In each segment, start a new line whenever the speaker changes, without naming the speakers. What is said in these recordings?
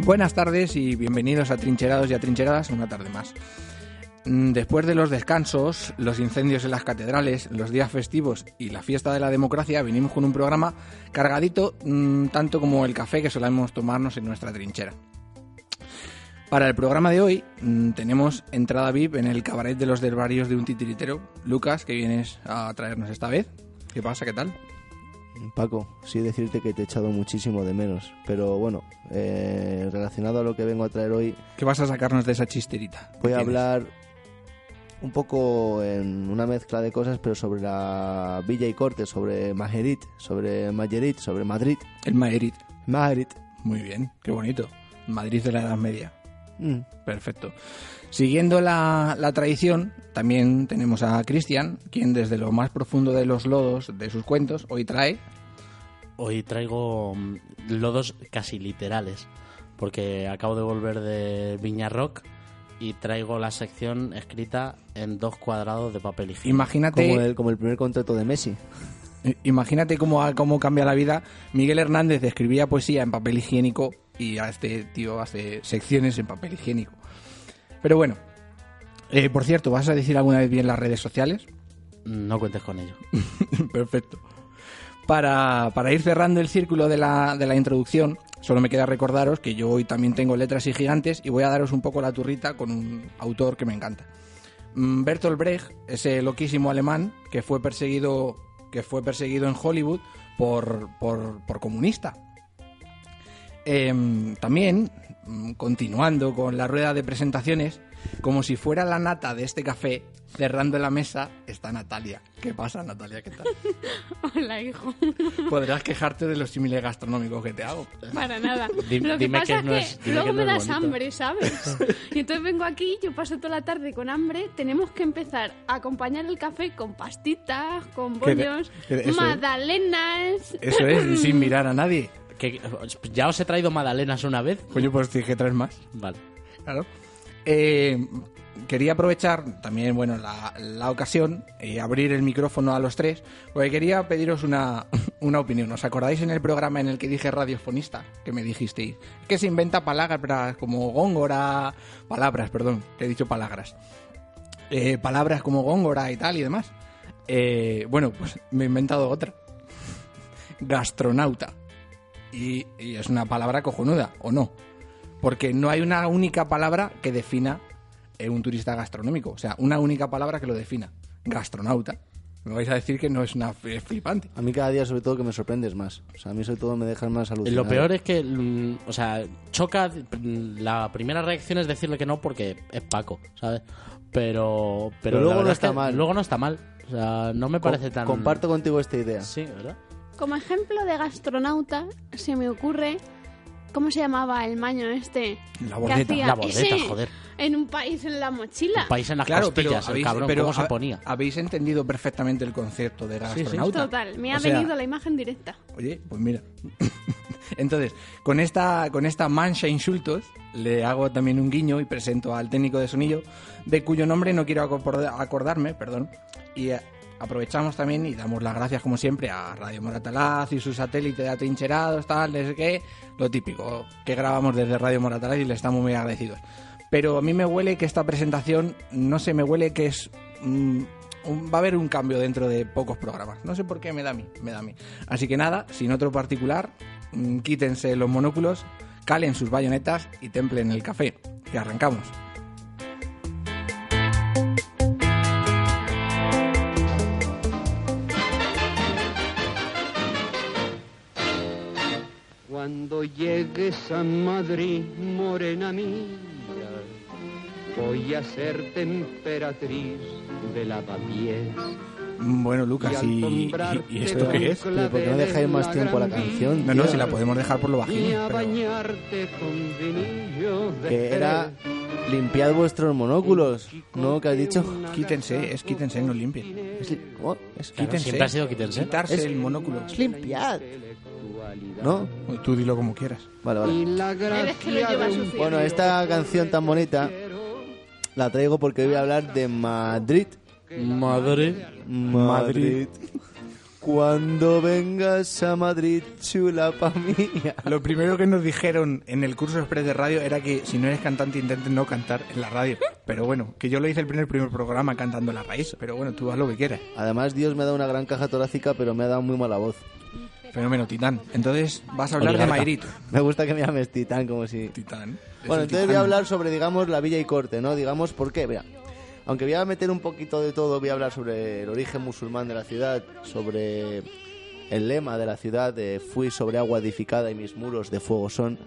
Buenas tardes y bienvenidos a Trincherados y a Trincheradas una tarde más. Mm, Después de los descansos, los incendios en las catedrales, los días festivos y la fiesta de la democracia, vinimos con un programa cargadito mm, tanto como el café que solemos tomarnos en nuestra trinchera. Para el programa de hoy mm, tenemos entrada VIP en el cabaret de los desvarios de un titiritero. Lucas, que vienes a traernos esta vez. ¿Qué pasa? ¿Qué tal?
Paco, sí decirte que te he echado muchísimo de menos, pero bueno, eh, relacionado a lo que vengo a traer hoy,
¿Qué vas a sacarnos de esa chisterita? que
voy a
tienes?
hablar un poco en una mezcla de cosas, pero sobre la Villa y Corte, sobre Majerit, sobre Majerit, sobre Madrid.
El Madrid.
Madrid.
Muy bien, qué bonito. Madrid de la Edad Media.
Mm.
Perfecto. Siguiendo la, la tradición, también tenemos a Cristian, quien desde lo más profundo de los lodos de sus cuentos hoy trae.
Hoy traigo mm, lodos casi literales, porque acabo de volver de Viña Rock y traigo la sección escrita en dos cuadrados de papel higiénico.
Imagínate,
Como el, como el primer contrato de Messi.
i- imagínate cómo, ha- cómo cambia la vida. Miguel Hernández escribía poesía en papel higiénico y a este tío hace secciones en papel higiénico. Pero bueno, eh, por cierto, ¿vas a decir alguna vez bien las redes sociales?
No cuentes con ello.
Perfecto. Para, para ir cerrando el círculo de la, de la introducción, solo me queda recordaros que yo hoy también tengo letras y gigantes y voy a daros un poco la turrita con un autor que me encanta. Mm, Bertolt Brecht, ese loquísimo alemán que fue perseguido, que fue perseguido en Hollywood por, por, por comunista. Em, también, mm, continuando con la rueda de presentaciones, como si fuera la nata de este café, cerrando la mesa está Natalia. ¿Qué pasa, Natalia? ¿Qué tal?
Hola, hijo.
Podrás quejarte de los símiles gastronómicos que te hago.
Para nada.
Di-
Lo que
dime
pasa
que no
es
es-
que
dime
luego
que no
me
es
das
bonito.
hambre, ¿sabes? Y entonces vengo aquí, yo paso toda la tarde con hambre. Tenemos que empezar a acompañar el café con pastitas, con
Que de-
bollos,
que
¿eh?
de- eso es.
magdalenas.
Eso es, sin mirar a nadie.
Que- ¿Ya os he traído magdalenas una vez?
Coño, pues dije tres más.
Vale.
Claro. Eh, quería aprovechar también, bueno, la, la ocasión, eh, abrir el micrófono a los tres, porque quería pediros una, una opinión. ¿Os acordáis en el programa en el que dije radiofonista? Que me dijisteis. Que se inventa palabras como góngora. Palabras, perdón, que he dicho palabras. Eh, palabras como góngora y tal y demás. Eh, bueno, pues me he inventado otra. Gastronauta. Y- y es una palabra cojonuda, ¿o no? Porque no hay una única palabra que defina eh, un turista gastronómico. O sea, una única palabra que lo defina. Gastronauta. Me vais a decir que no es una es flipante.
A mí cada día sobre todo que me sorprendes más. O sea, a mí sobre todo me dejas más alucinado.
Lo peor es que, mm, o sea, choca. mm, La primera reacción es decirle que no porque es Paco, ¿sabes? Pero, pero,
Pero
la
luego
verdad
no
es que
está mal.
Luego no está mal. O sea, no me
Co-
parece tan.
Comparto contigo esta idea.
Sí, ¿verdad?
Como ejemplo de gastronauta, se me ocurre. ¿Cómo se llamaba el maño este?
La
que
bordeta.
hacía?
La bordeta,
Ese,
joder.
En un país en la mochila.
Un país en las costillas, el cabrón, ¿cómo se
hab-
ponía?
habéis entendido perfectamente el concepto de
sí.
gastronauta.
Total, me ha
O sea,
venido la imagen directa.
Oye, pues mira. Entonces, con esta, con esta mancha insultos, le hago también un guiño y presento al técnico de sonillo, de cuyo nombre no quiero acor- acordarme, perdón. Y eh, aprovechamos también y damos las gracias, como siempre, a Radio Moratalaz y su satélite de atrincherados, tal, no sé qué, lo típico, que grabamos desde Radio Moratalaz y le estamos muy agradecidos. Pero a mí me huele que esta presentación, no sé, me huele que es mm, un- va a haber un cambio dentro de pocos programas. No sé por qué me da a mí, me da a mí. Así que nada, sin otro particular, mm, quítense los monóculos, calen sus bayonetas y templen el café. Que arrancamos.
Cuando llegues a Madrid, morena mía, voy a ser emperatriz de lavapiés.
Mm, Bueno, Lucas, ¿y, y- y esto qué es?
Pero ¿por qué no dejáis más tiempo a la canción?
No, no,
tío?
si la podemos dejar por lo
Y
bajito.
a
pero-
bañarte con vinillo de
Que era
Jerez.
limpiad vuestros monóculos, ¿no? ¿Qué has dicho?
Quítense, es quítense, no limpien.
Es li- ¿Cómo? Es-
Claro,
Quítense.
siempre ha sido quítense.
Quitarse
Es-
el monóculo.
es limpiad,
Intelectualidad.
¿no?
Tú dilo como quieras.
Vale, vale.
Y la
Eres que lo
gracia
lleva
de un
sucio.
Bueno, esta canción tan bonita
portero
la traigo porque hoy voy a hablar de Madrid.
Madre.
Madrid. Cuando vengas a Madrid, chula pa' mía.
Lo primero que nos dijeron en el curso express de radio era que si no eres cantante intentes no cantar en la radio. Pero bueno, que yo lo hice el primer, primer programa cantando en la raíz. Pero bueno, tú haz lo que quieras.
Además, Dios me ha dado una gran caja torácica, pero me ha dado muy mala voz.
Fenómeno titán. Entonces vas a hablar
Oligarca.
de Mairito.
Me gusta que me llames Titán, como si...
Titán. Es
Bueno,
un
entonces
titán.
voy a hablar sobre, digamos, la villa y corte, ¿no? Digamos, ¿por qué? Mira, aunque voy a meter un poquito de todo, voy a hablar sobre el origen musulmán de la ciudad, sobre el lema de la ciudad de fui sobre agua edificada y mis muros de fuego son.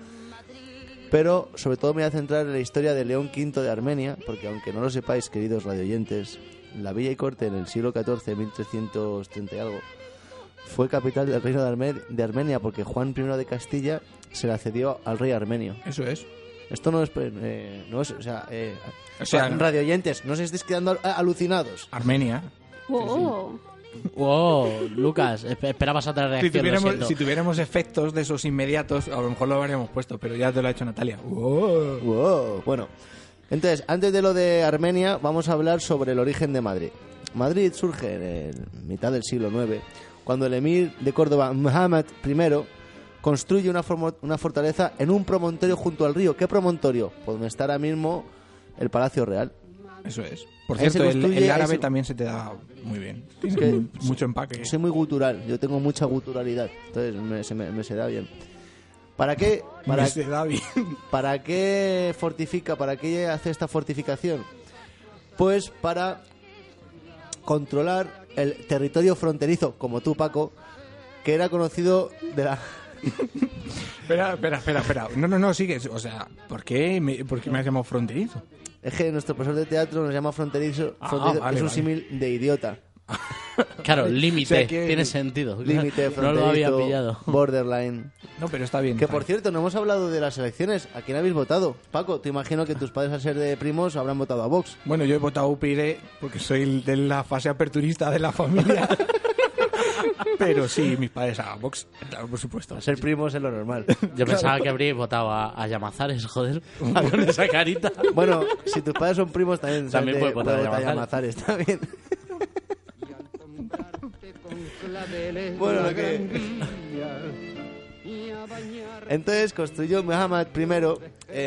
Pero sobre todo me voy a centrar en la historia de León V de Armenia, porque aunque no lo sepáis, queridos radioyentes, la villa y corte en el siglo XIV, 1330 y algo, fue capital del reino de, Arme- de Armenia porque Juan I de Castilla se la cedió al rey armenio.
Eso es.
Esto no es, eh, no es, o sea, eh,
O sea,
pa- radio oyentes, no os estéis quedando al- eh, alucinados.
Armenia.
Oh,
Wow, Lucas, esp- esperabas otra
Si
reacción. lo
tuviéramos,
siento.
si tuviéramos efectos de esos inmediatos, a lo mejor lo habríamos puesto, pero ya te lo ha hecho Natalia. Uh, ¡Wow!
Wow. Bueno, entonces, antes de lo de Armenia, vamos a hablar sobre el origen de Madrid. Madrid surge en el- mitad del siglo IX, cuando el emir de Córdoba, Muhammad I, construye una, formo- una fortaleza en un promontorio junto al río. ¿Qué promontorio? Pues donde está ahora mismo el Palacio Real.
Eso es. Por
Ahí se
cierto, el,
construye,
el
ahí
árabe
se-
también se te da muy bien.
Es
Tiene
que-
mu- mucho empaque.
Soy muy gutural, yo tengo mucha guturalidad, entonces me, se, me, me se da bien. ¿Para qué? Para,
Se da bien.
¿Para qué fortifica? ¿Para qué hace esta fortificación? Pues para controlar el territorio fronterizo, como tú, Paco, que era conocido de la...
Espera, espera, espera, espera. No, no, no, sigue. O sea, ¿por qué me, por qué me has llamado fronterizo?
Es que nuestro profesor de teatro nos llama fronterizo,
Ah,
fronterizo,
vale,
es un
vale.
símil de idiota.
Claro, límite,
O sea que-
tiene sentido.
Límite,
Pues no
fronterizo,
lo había pillado.
borderline.
No, pero está bien.
Que
está
por
bien.
cierto, no hemos hablado de las elecciones. ¿A quién habéis votado? Paco, te imagino que tus padres, al ser de primos, habrán votado a Vox.
Bueno, yo he votado UPyD porque soy el de la fase aperturista de la familia. pero sí, mis padres a Vox, claro, por supuesto.
Al ser primos es lo normal.
Yo pensaba que habría votado a, a Llamazares, joder, con esa carita.
Bueno, si tus padres son primos también,
También
puedes
puede votar a Llamazares.
está bien.
y alfombrarte con claveles
Bueno,
la
lo que-
Gran Vía, y a bañarte
Entonces construyó Muhammad I en,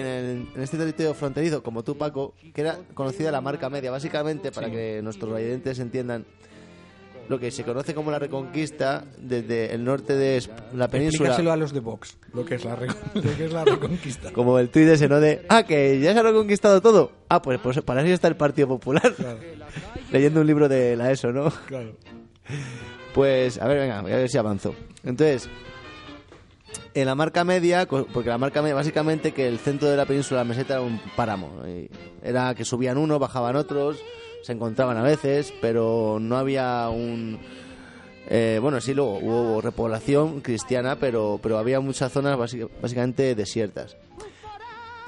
el- en este territorio fronterizo, como tú, Paco, que era conocida la marca media. Básicamente, para que nuestros residentes entiendan lo que se conoce como la reconquista desde el norte de Esp- la
Explícaselo
península.
a los de Vox, lo que es la, recon- lo que es la reconquista.
Como el tuit ese, ¿no? De, ah, que ya se lo ha conquistado todo. Ah, pues, pues para eso está el Partido Popular.
Claro,
Leyendo un libro de la ESO, ¿no?
claro.
Pues, a ver, venga, voy a ver si avanzo. Entonces, en la marca media, co- porque la marca media, básicamente que el centro de la península de la meseta era un páramo. ¿no? Y Era que subían unos, bajaban otros, se encontraban a veces, pero no había un... eh, bueno, sí, luego hubo repoblación cristiana, pero, pero había muchas zonas básica- básicamente desiertas.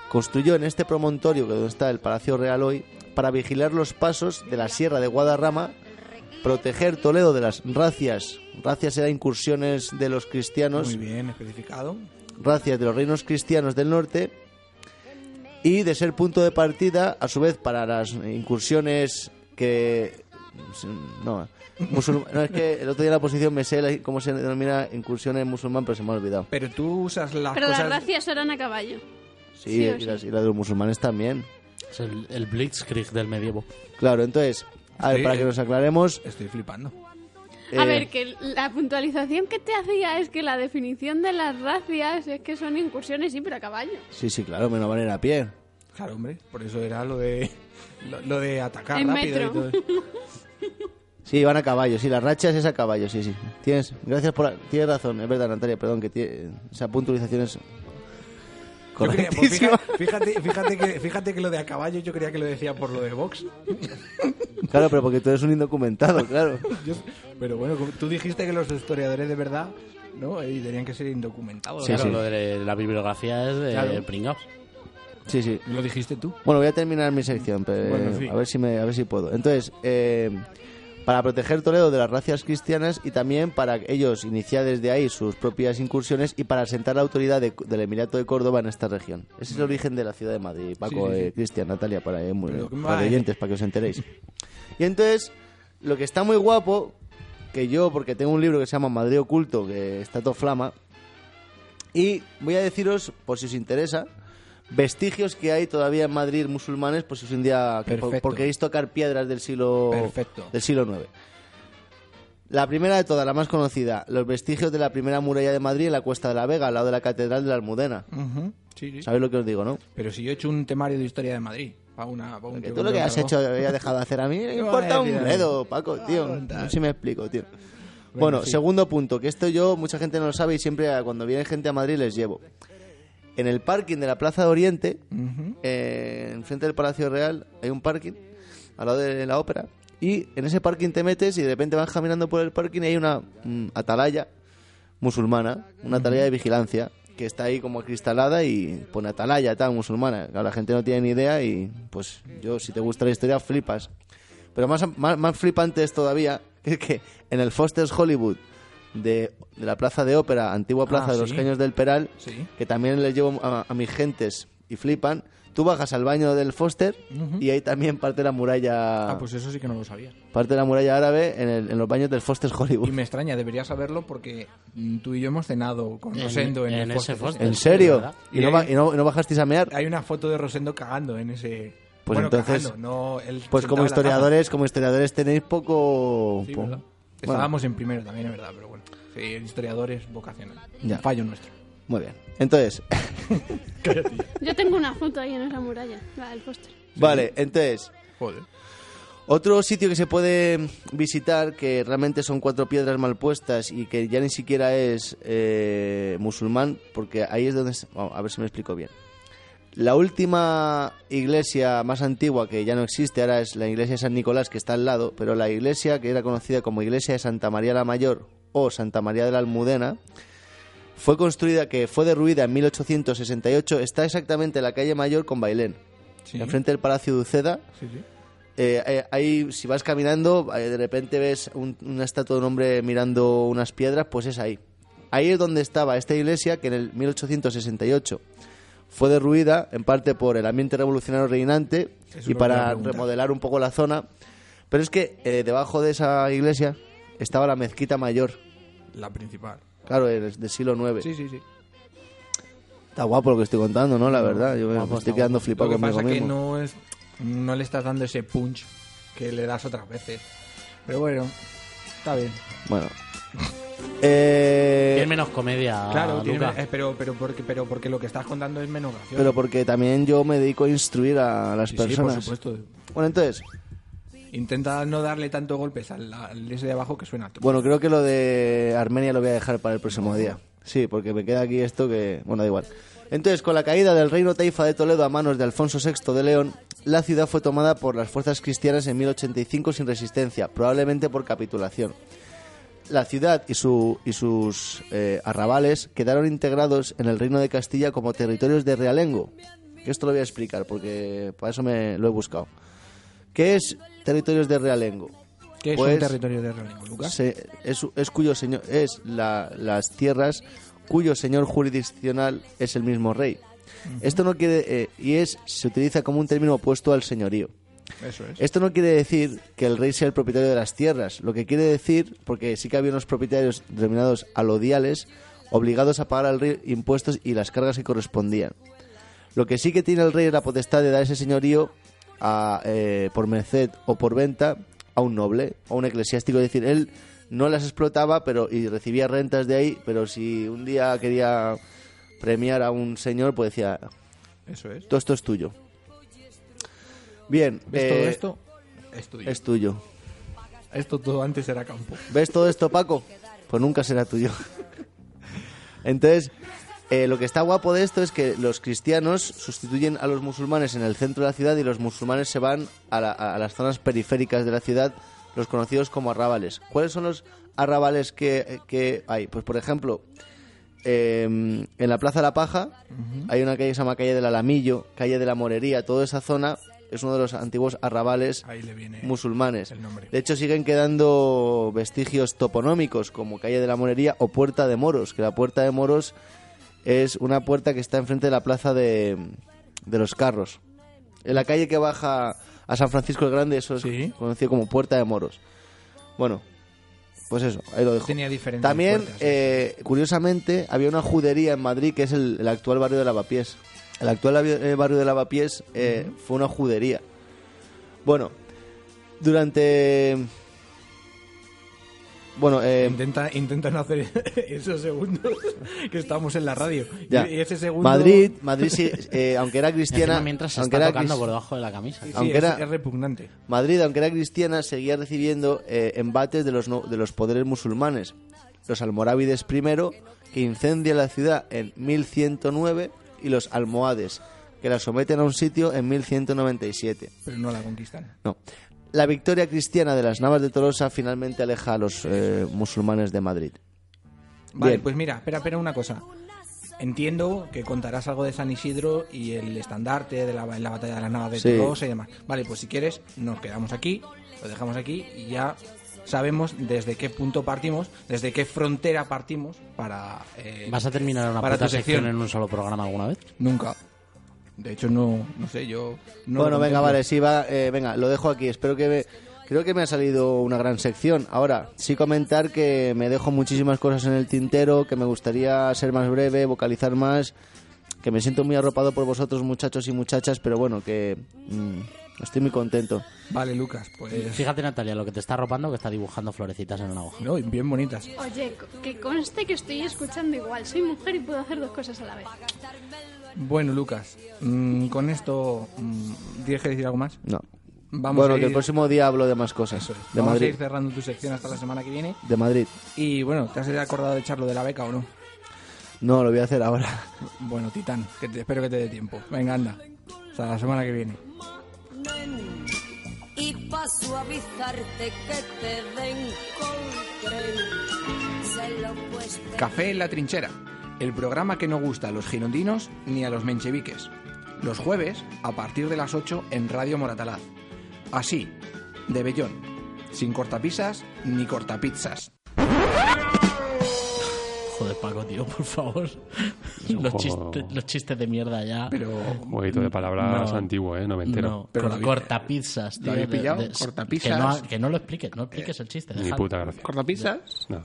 Construyó en este promontorio, que donde está el Palacio Real hoy, para vigilar los pasos de la Sierra de Guadarrama proteger Toledo de las racias. Racias eran incursiones de los cristianos,
Muy bien especificado.
racias de los reinos cristianos del norte, y de ser punto de partida, a su vez, para las incursiones que. No, musulm- no, es que el otro día en la posición me sé la- cómo se denomina incursiones musulmán, pero se me ha olvidado.
Pero tú usas las
pero las
cosas...
gracias eran a caballo.
Sí,
Sí o
y,
sí.
las- y la de los musulmanes también.
Es el, el Blitzkrieg del medievo.
Claro, entonces, a ver,
Sí.
para que nos aclaremos.
Estoy flipando.
A
eh,
ver, que la puntualización que te hacía es que la definición de las racias es que son incursiones, sí, pero a caballo.
Sí, sí, claro, menos van a ir a pie.
Claro, hombre, por eso era lo de, lo, lo de atacar
En
rápido y
metro.
todo.
Sí, van a caballo, sí, las rachas es a caballo, sí, sí. Tienes, gracias por la- tienes razón, es verdad, Natalia, perdón, que tie- esa puntualización es
Yo creía- pues
correctísima.
fíjate, fíjate, fíjate que, fíjate que lo de a caballo yo creía que lo decía por lo de Vox.
Claro, pero porque tú eres un indocumentado, claro.
Yo- pero bueno, como tú dijiste que los historiadores de verdad, ¿no? Eh, Y tenían que ser indocumentados.
Claro,
Ah, Claro,
lo de la bibliografía es de
Claro.
pringaos.
Sí, sí.
Lo dijiste tú.
Bueno, voy a terminar mi sección, pero,
Bueno,
eh,
sí.
a ver si me, a ver si puedo. Entonces, eh, para proteger Toledo de las racias cristianas y también para ellos iniciar desde ahí sus propias incursiones y para asentar la autoridad de- del Emirato de Córdoba en esta región. Ese es el origen de la ciudad de Madrid. Paco,
Sí, sí, sí.
eh, Cristian, Natalia, para, eh, muy-
Pero, ¿qué me
para
va a
oyentes, para que os enteréis. Y entonces, lo que está muy guapo que yo, porque tengo un libro que se llama Madrid Oculto, que está todo flama, y voy a deciros, por si os interesa, vestigios que hay todavía en Madrid musulmanes, por si es un día... que-
Perfecto.
porque queréis tocar piedras del siglo...
Perfecto.
Del siglo IX. La primera de todas, la más conocida, los vestigios de la primera muralla de Madrid en la Cuesta de la Vega, al lado de la Catedral de la Almudena.
Ujú, sí, sí.
¿Sabéis lo que os digo, no?
Pero si yo he hecho un temario de historia de Madrid, para una, pa' un
Que
tío
tú lo
me
que has
encargó.
hecho, habías dejado de hacer a mí, me
¿Qué
importa
vas a
un
decir a mí?
dedo, Paco, tío.
aguantar.
No sé si me explico, tío. Bueno,
sí.
segundo punto, que esto yo, mucha gente no lo sabe y siempre a- cuando viene gente a Madrid les llevo. En el parking de la Plaza de Oriente,
Ujú.
eh, enfrente del Palacio Real, hay un parking al lado de la ópera. Y en ese parking te metes y de repente vas caminando por el parking y hay una mm, atalaya musulmana, una atalaya de vigilancia, que está ahí como acristalada y pone atalaya, tal, musulmana. Claro, la gente no tiene ni idea y pues yo, si te gusta la historia, flipas. Pero más, más, más flipante es todavía que, que en el Foster's Hollywood de, de la Plaza de Ópera, antigua Plaza de los
sí.
Caños del Peral,
Sí.
que también les llevo a, a mis gentes y flipan. Tú bajas al baño del Foster
Ujú.
y ahí también parte de la muralla,
Ah, pues eso sí que no lo sabía.
parte de la muralla árabe en, el- en los baños del Foster Hollywood.
Y me extraña, deberías saberlo porque mm, tú y yo hemos cenado con
En-
Rosendo en,
en
el
ese
Foster.
Foster.
¿En serio?
¿Verdad?
¿Y no, ba- y no- y no bajasteis a mear?
Hay una foto de Rosendo cagando en ese.
Pues
bueno,
entonces-
cagando, no, él sentado en
Pues como
la cama.
historiadores, como historiadores tenéis poco.
Sí,
po-
¿verdad?
Bueno,
Estábamos en primero también, es verdad, pero bueno. Sí, historiadores vocacional.
Ya.
Fallo nuestro.
muy bien. Entonces,
Yo tengo una foto ahí en esa muralla, la del póster.
vale, entonces,
Joder.
Otro sitio que se puede visitar, que realmente son cuatro piedras mal puestas y que ya ni siquiera es eh, musulmán, porque ahí es donde... se- vamos, a ver si me explico bien. La última iglesia más antigua que ya no existe ahora es la iglesia de San Nicolás, que está al lado, pero la iglesia que era conocida como iglesia de Santa María la Mayor o Santa María de la Almudena, fue construida, que fue derruida en 1868, está exactamente en la calle Mayor con Bailén,
Sí.
enfrente del Palacio de Uceda,
Sí, sí.
eh, eh, ahí, si vas caminando, eh, de repente ves un- una estatua de un hombre mirando unas piedras, pues es ahí. Ahí es donde estaba esta iglesia que en el 1868 fue derruida en parte por el ambiente revolucionario reinante
Eso lo voy
y
a
para
preguntar.
remodelar un poco la zona. Pero es que eh, debajo de esa iglesia estaba la mezquita mayor,
La principal.
claro, es del siglo IX.
Sí, sí, sí.
Está guapo lo que estoy contando, ¿no? La verdad, yo me estoy
Guapo, está
quedando
guapo.
Lo
flipado
que
conmigo
pasa que
mismo.
no es no le estás dando ese punch que le das otras veces. Pero bueno, está bien.
Bueno. Eh,
Tiene menos
Ah,
comedia,
Claro, tiene-
Luca.
eh, pero pero porque pero porque lo que estás contando es menos gracioso.
Pero porque también yo me dedico a instruir a las
Sí, sí, por
personas.
supuesto.
Bueno, entonces,
Intenta no darle tanto golpes al, al ese de abajo que suena.
bueno, creo que lo de Armenia lo voy a dejar para el próximo día. Sí, porque me queda aquí esto que, bueno, da igual. Entonces, con la caída del reino taifa de Toledo a manos de Alfonso VI de León, la ciudad fue tomada por las fuerzas cristianas en 1085 sin resistencia, probablemente por capitulación. La ciudad y, su- y sus eh, arrabales quedaron integrados en el reino de Castilla como territorios de realengo. Que esto lo voy a explicar porque para eso me lo he buscado. ¿Qué es territorios de realengo?
¿Qué es
Pues-
un territorio de realengo, Lucas?
Se- es, es cuyo señor es la- las tierras cuyo señor jurisdiccional es el mismo rey. Esto no quiere eh, y es se utiliza como un término opuesto al señorío.
Eso es.
Esto no quiere decir que el rey sea el propietario de las tierras. Lo que quiere decir, porque sí que había unos propietarios denominados alodiales obligados a pagar al rey impuestos y las cargas que correspondían. Lo que sí que tiene el rey es la potestad de dar ese señorío a, eh, por merced o por venta a un noble o a un eclesiástico. Es decir, él no las explotaba pero y recibía rentas de ahí, pero si un día quería premiar a un señor, pues decía,
Eso es.
todo esto es tuyo. Bien,
¿Ves
eh,
todo esto? Es tuyo.
es tuyo.
Esto todo antes era campo.
¿Ves todo esto, Paco? Pues nunca será tuyo. Entonces, eh, lo que está guapo de esto es que los cristianos sustituyen a los musulmanes en el centro de la ciudad y los musulmanes se van a, la- a las zonas periféricas de la ciudad, los conocidos como arrabales. ¿Cuáles son los arrabales que, que hay? Pues, por ejemplo, eh, en la Plaza de la Paja hay una calle que se llama Calle del Alamillo, Calle de la Morería, toda esa zona es uno de los antiguos arrabales
Ahí le viene.
musulmanes.
El nombre.
De hecho, siguen quedando vestigios toponómicos como Calle de la Morería o Puerta de Moros, que la Puerta de Moros es una puerta que está enfrente de la plaza de, de los carros. En la calle que baja a San Francisco el Grande, eso es
Sí.
conocido como Puerta de Moros. Bueno, Pues eso, ahí lo dejo.
Tenía diferentes
También,
puertas, ¿eh?
eh, curiosamente, había una judería en Madrid que es el, el actual barrio de Lavapiés. El actual avi- eh, barrio de Lavapiés eh, fue una judería. Bueno, durante... Bueno, eh,
Intenta, intenta no hacer esos segundos que estamos en la radio.
ya.
Y ese segundo...
Madrid, Madrid sí, eh, aunque era cristiana...
Encima mientras se
aunque
está
era
tocando
cris-
por debajo de la camisa.
Sí,
aunque
es,
era-
es repugnante.
Madrid, aunque era cristiana, seguía recibiendo eh, embates de los, no- de los poderes musulmanes. Los almorávides primero, que incendia la ciudad en 1109, y los almohades, que la someten a un sitio en 1197.
Pero no la conquistan.
No. La victoria cristiana de las Navas de Tolosa finalmente aleja a los eh, musulmanes de Madrid.
Vale,
Bien.
pues mira, espera, espera una cosa. Entiendo que contarás algo de San Isidro y el estandarte de la, la batalla de las navas de
Sí.
Tolosa y demás. Vale, pues si quieres, nos quedamos aquí, lo dejamos aquí y ya sabemos desde qué punto partimos, desde qué frontera partimos para... eh,
¿Vas a terminar una
para
puta
tu sección.
sección en un solo programa alguna vez?
Nunca. De hecho, no, no sé, yo... no
bueno,
lo
venga,
contemplo.
vale, sí, va, eh, venga, lo dejo aquí. Espero que me- creo que me ha salido una gran sección. Ahora, sí comentar que me dejo muchísimas cosas en el tintero, que me gustaría ser más breve, vocalizar más, que me siento muy arropado por vosotros, muchachos y muchachas, pero bueno, que mm, estoy muy contento.
Vale, Lucas, pues...
Fíjate, Natalia, lo que te está arropando que está dibujando florecitas en una hoja.
No, y bien bonitas.
Oye, co- que conste que estoy escuchando igual. Soy mujer y puedo hacer dos cosas a la vez.
Bueno, Lucas, mm, con esto... mm, ¿Tienes que decir algo más?
No.
Vamos
bueno,
a ir-
que el próximo día hablo de más cosas.
Eso es.
De
Vamos a
Madrid.
ir cerrando tu sección hasta la semana que viene.
De Madrid.
Y bueno, ¿te has acordado de echarlo de la beca o no?
No, lo voy a hacer ahora.
Bueno, Titán, que te- espero que te dé tiempo. Venga, anda. Hasta la semana que viene.
y pa' suavizarte que te den con tren. Se lo pues
Café en la trinchera, el programa que no gusta a los girondinos ni a los mencheviques. Los jueves, a partir de las 8 en Radio Moratalaz. Así, de Bellón, sin cortapisas ni cortapizzas.
Joder, Paco, tío, por favor.
un
Los,
juego-
chistes, los chistes de mierda ya.
Pero,
Jueguito de eh, palabras
No.
antiguo, ¿eh? Noventero.
No,
Pero lo
cor-
habéis-
cortapizzas, tío.
habéis
de-
pillado?
de-
Cortapizzas.
Que no, ha- que no lo expliques, no expliques el chiste.
Ni
dejadlo.
puta gracia.
¿cortapizzas?
No.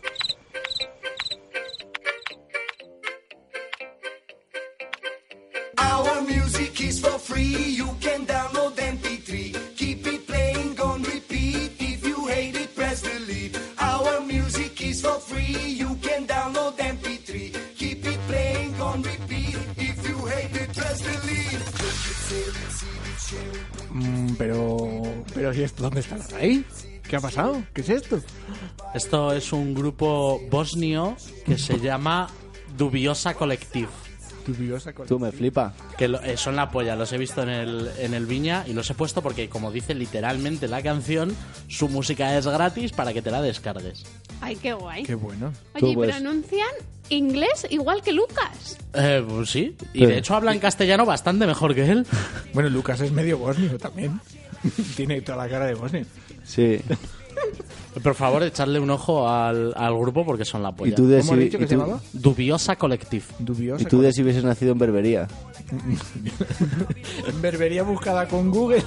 Our music is for free. You can download MP3. Keep it playing on repeat. If you hate it, press delete. Our music is for free. You can download MP3. Keep it playing on repeat. If you hate it, press delete.
Mm, pero, pero ¿y esto dónde está la raíz? ¿Qué ha pasado? ¿Qué es esto?
Esto es un grupo bosnio que se llama Dubiosa Collective.
Dubiosa con-
Tú me flipa.
Que lo- eh, son la polla, los he visto en el, en el Viña y los he puesto porque, como dice literalmente la canción, su música es gratis para que te la descargues.
Ay, qué guay.
Qué bueno.
Oye,
pues.
pero anuncian inglés igual que Lucas.
Eh, pues sí, y
Sí.
de hecho hablan castellano bastante mejor que él.
Bueno, Lucas es medio bosnio también. Tiene toda la cara de bosnio.
Sí.
Por favor, echarle un ojo al, al grupo porque son la polla.
¿Y tú de
Pues ¿Cómo
si-
has dicho
y
que se
tú-
llamaba?
Dubiosa Collective.
Dubiosa.
y tú de si hubieses nacido en Berbería.
con- Berbería buscada con Google.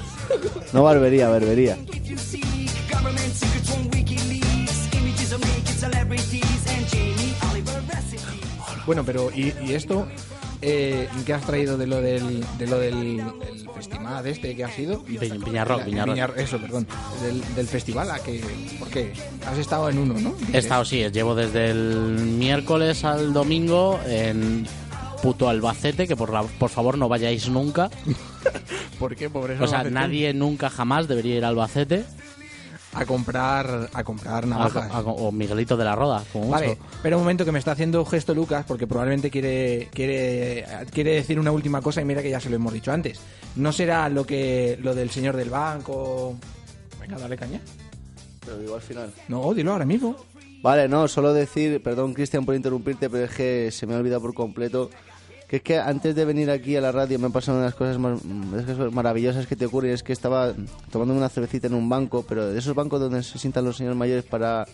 No Barbería, Berbería.
If you seek government secrets from WikiLeaks, images of naked celebrities and Jamie Oliver recipes.
Bueno, pero ¿y, y esto eh, qué has traído de lo del, de lo del el festival este que ha sido?
Vi- Viñarroc,
La-
Viñarroc.
Viñar- eso, perdón. Del, del festival a que... ¿Por qué? Has estado en uno, ¿no?
He estado, sí, llevo desde el miércoles al domingo en puto Albacete, que por, la- por favor no vayáis nunca.
¿Por qué? Pobre
O sea, nadie nunca jamás debería ir a Albacete
A comprar, a comprar
a-
navajas.
a- o Miguelito de la Roda, como mucho.
Vale, espera un momento que me está haciendo gesto Lucas porque probablemente quiere, quiere, quiere decir una última cosa y mira que ya se lo hemos dicho antes. ¿No será lo que lo del señor del banco? Venga, dale caña.
Pero digo al final.
No, dilo ahora mismo.
Vale, no, solo decir, perdón Cristian por interrumpirte, pero es que se me ha olvidado por completo, que es que antes de venir aquí a la radio me han pasado una de las cosas más, mm, de las cosas maravillosas que te ocurren, es que estaba tomándome una cervecita en un banco, pero de esos bancos donde se sientan los señores mayores para,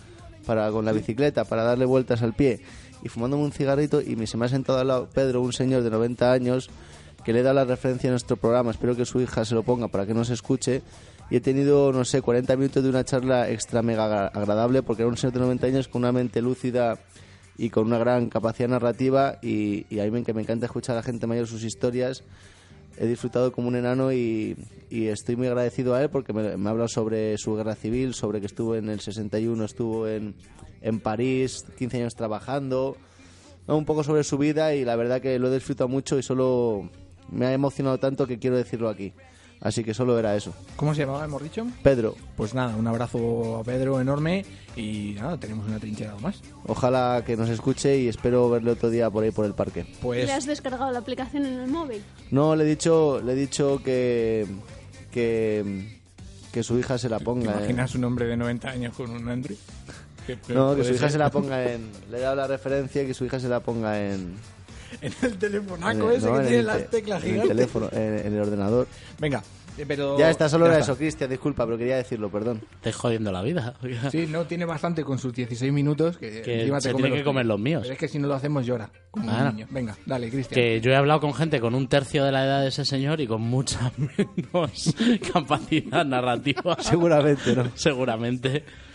para con la bicicleta, para darle vueltas al pie, y fumándome un cigarrito y me- se me ha sentado al lado Pedro, un señor de 90 años, que le he dado la referencia a nuestro programa, espero que su hija se lo ponga para que nos escuche, y he tenido, no sé, 40 minutos de una charla extra mega agra- agradable porque era un señor de 90 años con una mente lúcida y con una gran capacidad narrativa y, y a mí me, que me encanta escuchar a la gente mayor sus historias. He disfrutado como un enano y, y estoy muy agradecido a él porque me, me ha hablado sobre su guerra civil, sobre que estuvo en el 61, estuvo en, en París, 15 años trabajando, ¿no? un poco sobre su vida y la verdad que lo he disfrutado mucho y solo me ha emocionado tanto que quiero decirlo aquí. Así que solo era eso.
¿Cómo se llamaba, hemos dicho?
Pedro,
Pues nada, un abrazo a Pedro enorme y nada, tenemos una trinchera más.
ojalá que nos escuche y espero verle otro día por ahí por el parque.
Pues
¿Le has descargado la aplicación en el móvil?
No, le he dicho, le he dicho que que, que su hija se la
¿Te
ponga. en-
imaginas un hombre de 90 años con un Android? ¿Qué- qué
No, que
puede
su hija
ser?
se la ponga en. Le he dado la referencia y que su hija se la ponga en.
En el
en
telefonaco
el-
ese
Eh, no,
que
en
tiene
el te-
las teclas
en el
gigantes.
teléfono, en, en el ordenador.
Venga, eh, pero...
ya está, solo
ya
era
está.
eso, Cristian, disculpa, pero quería decirlo, perdón.
Te jodiendo la vida.
Sí, no, tiene bastante con sus 16 minutos que,
Que
encima
se
te come
tiene que comer
tuyos.
los míos.
Pero es que si no lo hacemos llora, como
Ah.
un niño. Venga, dale, Cristian.
Que yo he hablado con gente con un tercio de la edad de ese señor y con mucha menos capacidad narrativa.
Seguramente, ¿no?
Seguramente. pues-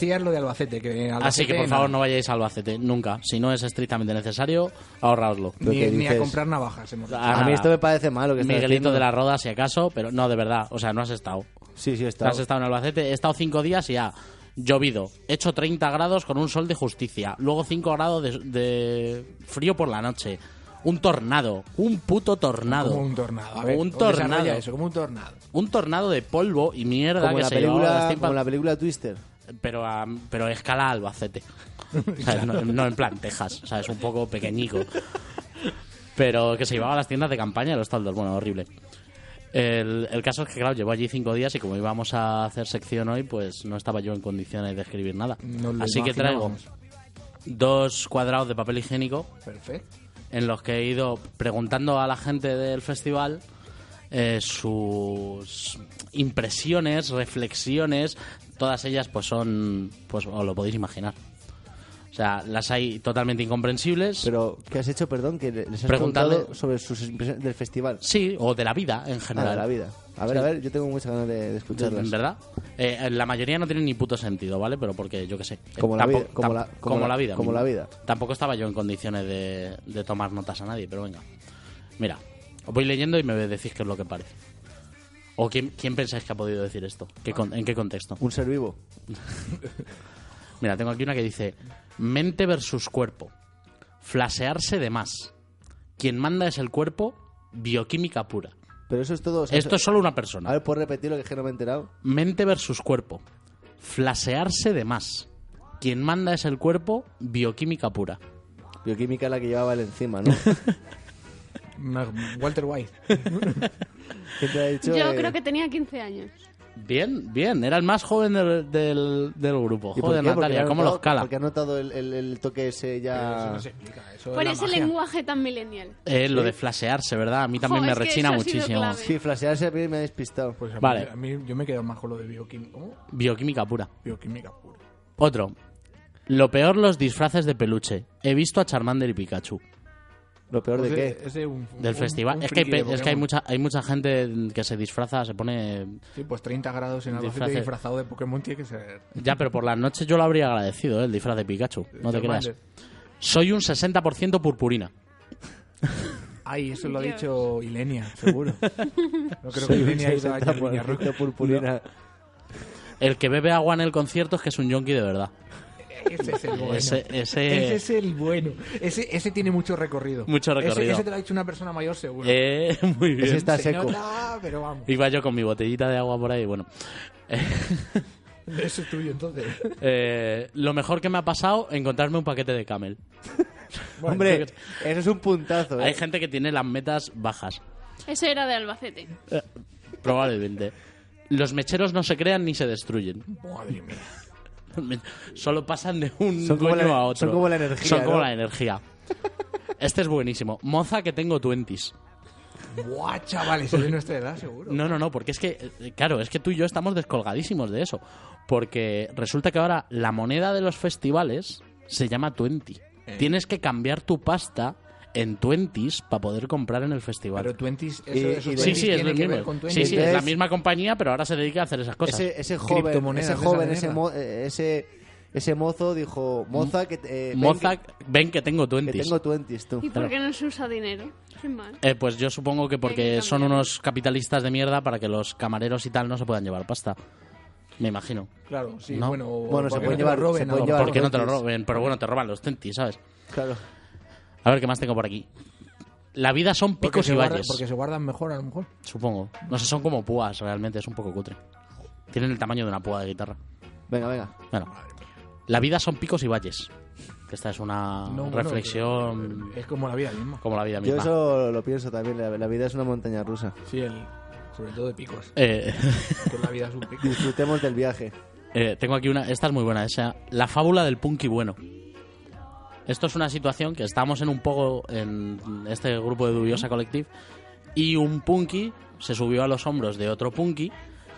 Decías lo de Albacete, que Albacete
Así que por
nada.
favor no vayáis a Albacete, nunca. Si no es estrictamente necesario, ahorraoslo.
Lo
Ni,
que
ni a
dices-
comprar navajas hemos dicho.
A mí esto me parece malo que está
Miguelito
haciendo.
de la Roda, si acaso, pero no, de verdad, o sea, no has estado.
Sí, sí,
No
está.
Has estado en Albacete, he estado cinco días y ha llovido, he hecho 30 grados con un sol de justicia, luego 5 grados de, de frío por la noche, un tornado, un puto tornado.
Como un tornado. A ver,
un
¿cómo desarrolla
tornado.
eso, como un tornado.
Un tornado de polvo y mierda
Como
que
la,
se llevaba
película,
las tipas,
como la película Twister.
pero, a, pero a escala Albacete. ¿Sabes? No, no en plan Texas, o sea, es un poco pequeñico. Pero que se llevaba a las tiendas de campaña y los taldos, bueno, horrible. El, el caso es que, claro, llevo allí cinco días y como íbamos a hacer sección hoy, pues no estaba yo en condiciones de escribir nada.
Nos lo
Así que traigo
imaginábamos.
dos cuadrados de papel higiénico
Perfecto.
en los que he ido preguntando a la gente del festival eh, sus impresiones, reflexiones, todas ellas pues son, pues os lo podéis imaginar. O sea, las hay totalmente incomprensibles,
Pero, ¿qué has hecho, perdón? Que les has
Preguntadle-
preguntado sobre sus impresiones del festival.
sí, o de la vida en general.
Ah, de la vida. A ver,
Sí.
a ver, yo tengo muchas ganas de, de
De-
escucharlas.
Mm, ¿Verdad? Eh, la mayoría no tiene ni puto sentido, ¿vale? Pero porque yo qué sé. Eh,
Como la
tampoco-
vida- como
tam-
la- como la- como
mismo.
la vida.
Tampoco estaba yo en condiciones de, de tomar notas a nadie, pero venga. Mira, os voy leyendo y me decís qué es lo que parece. ¿O quién, quién pensáis que ha podido decir esto? ¿Qué con- ¿En qué contexto?
Un ser vivo.
Mira, tengo aquí una que dice: Mente versus cuerpo. Flasearse de más. Quien manda es el cuerpo, bioquímica pura.
Pero eso es todo. o sea,
Esto es solo una persona.
A ver, ¿puedes repetir lo que es que no me he enterado?
Mente versus cuerpo. Flasearse de más. Quien manda es el cuerpo, bioquímica pura.
Bioquímica es la que llevaba él encima, ¿no?
Una- Walter White.
¿Qué te ha dicho?
Yo
eh,
creo que tenía 15 años.
Bien, bien. Era el más joven del, del- del grupo.
¿y por
Joder,
qué? Porque
Natalia,
ha
¿cómo
notado-
los cala?
Porque ha notado el, el- el toque ese
Eso
Ah.
ya.
no se explica. Eso
Por
es la
ese
magia.
lenguaje tan millennial.
Eh, lo de flasearse, ¿verdad? A mí también
Jo,
me
es que
rechina
eso ha sido
muchísimo.
clave.
Sí, flasearse a mí me ha despistado.
Pues a,
Vale.
mí, a mí- yo me quedo más con lo de bioquímica. ¿Cómo?
Bioquímica pura.
Bioquímica pura.
Otro. Lo peor, los disfraces de peluche. He visto a Charmander y Pikachu
¿Lo peor de
Ese-
qué?
ese Pues es un-
del
un-
festival.
un
es que, hay,
friki de
pe- es que hay,
Pokémon.
mucha, hay mucha gente que se disfraza, se pone
Sí, pues 30 grados en Albacete
Disfraces.
disfrazado de Pokémon tiene que ser.
Ya, pero por las noches yo lo habría agradecido, ¿eh? el disfraz de Pikachu. No te creas.
Charmander.
Soy un 60% purpurina.
Ay, eso lo ha
Dios.
dicho Ilenia, seguro. No creo que Ilenia haya ido a Ilenia Rock.
Esta purpurina.
El que bebe agua en el concierto es que es un yonki de verdad.
Ese es el bueno.
Ese,
Ese
ese,
es el bueno. Ese, ese tiene mucho recorrido.
Mucho recorrido.
Ese, ese te lo ha dicho una persona mayor, seguro.
Eh, muy bien.
Ese está
Se
seco.
nota, pero vamos.
Iba yo con mi botellita de agua por ahí. Bueno,
Eso es tuyo, entonces.
Eh, lo mejor que me ha pasado, encontrarme un paquete de camel.
Bueno,
Hombre, eso es un puntazo,
Hay
¿eh?
gente que tiene las metas bajas,
Eso era de Albacete.
probablemente. Los mecheros no se crean ni se destruyen.
Madre mía.
Solo pasan de un
Son como
dueño
la-
a otro.
son como la energía,
Son como
¿no?
la energía. Este es buenísimo. Moza que tengo twenties.
Buah, chavales, es de nuestra edad, seguro.
No, no, no, porque es que, eh, claro, es que tú y yo estamos descolgadísimos de eso. Porque resulta que ahora la moneda de los festivales se llama 20. Tienes que cambiar tu pasta en Twenties para poder comprar en el festival.
Pero Twenties, eso,
Y-
de
y
esos
de-
sí,
Twenties
sí, es
tiene
lo
que ver
mismo.
con
Sí,
Twenties.
sí, es la
Entonces-
misma compañía, pero ahora se dedica a hacer esas cosas.
Ese, eh, ese joven,
Criptomonedas,
ese,
esa
joven
mierda.
ese, mo- eh, ese, ese mozo dijo, moza, que, te- eh, ven
Mozart,
que-
ven que tengo
que,
Twenties.
tengo twenties, tú.
¿Y por qué no se usa dinero? Sin más.
Eh, pues yo supongo que
Hay que
porque
cambiar.
son unos capitalistas de mierda para que los camareros y tal no se puedan llevar pasta. Me imagino.
Claro, sí,
No.
bueno. o-
Bueno,
o
se
que
pueden
no te
llevar-
lo roben,
se
a
pueden
lo
llevar
mejor.
Porque no te lo
Twenties.
roben, pero bueno, te roban los tentis, ¿sabes?
Claro.
A ver qué más tengo por aquí. La vida son
Porque
picos
se
y
guarda-
valles,
Porque se guardan mejor, a lo mejor.
supongo. No sé, son como púas realmente, es un poco cutre. Tienen el tamaño de una púa de guitarra.
Venga, venga.
Bueno, la vida son picos y valles. Que esta es una
No, bueno, eh,
reflexión
Es como la vida misma.
como la vida
Yo
misma.
eso lo pienso también, la, la vida es una montaña rusa.
Sí, el- sobre todo de picos.
Eh,
Pues la vida es un pico.
Disfrutemos del viaje.
Eh, tengo aquí una, esta es muy buena, esa, la fábula del punky bueno. Esto es una situación que estábamos en un poco en este grupo de Dubiosa Collective y un punky se subió a los hombros de otro punky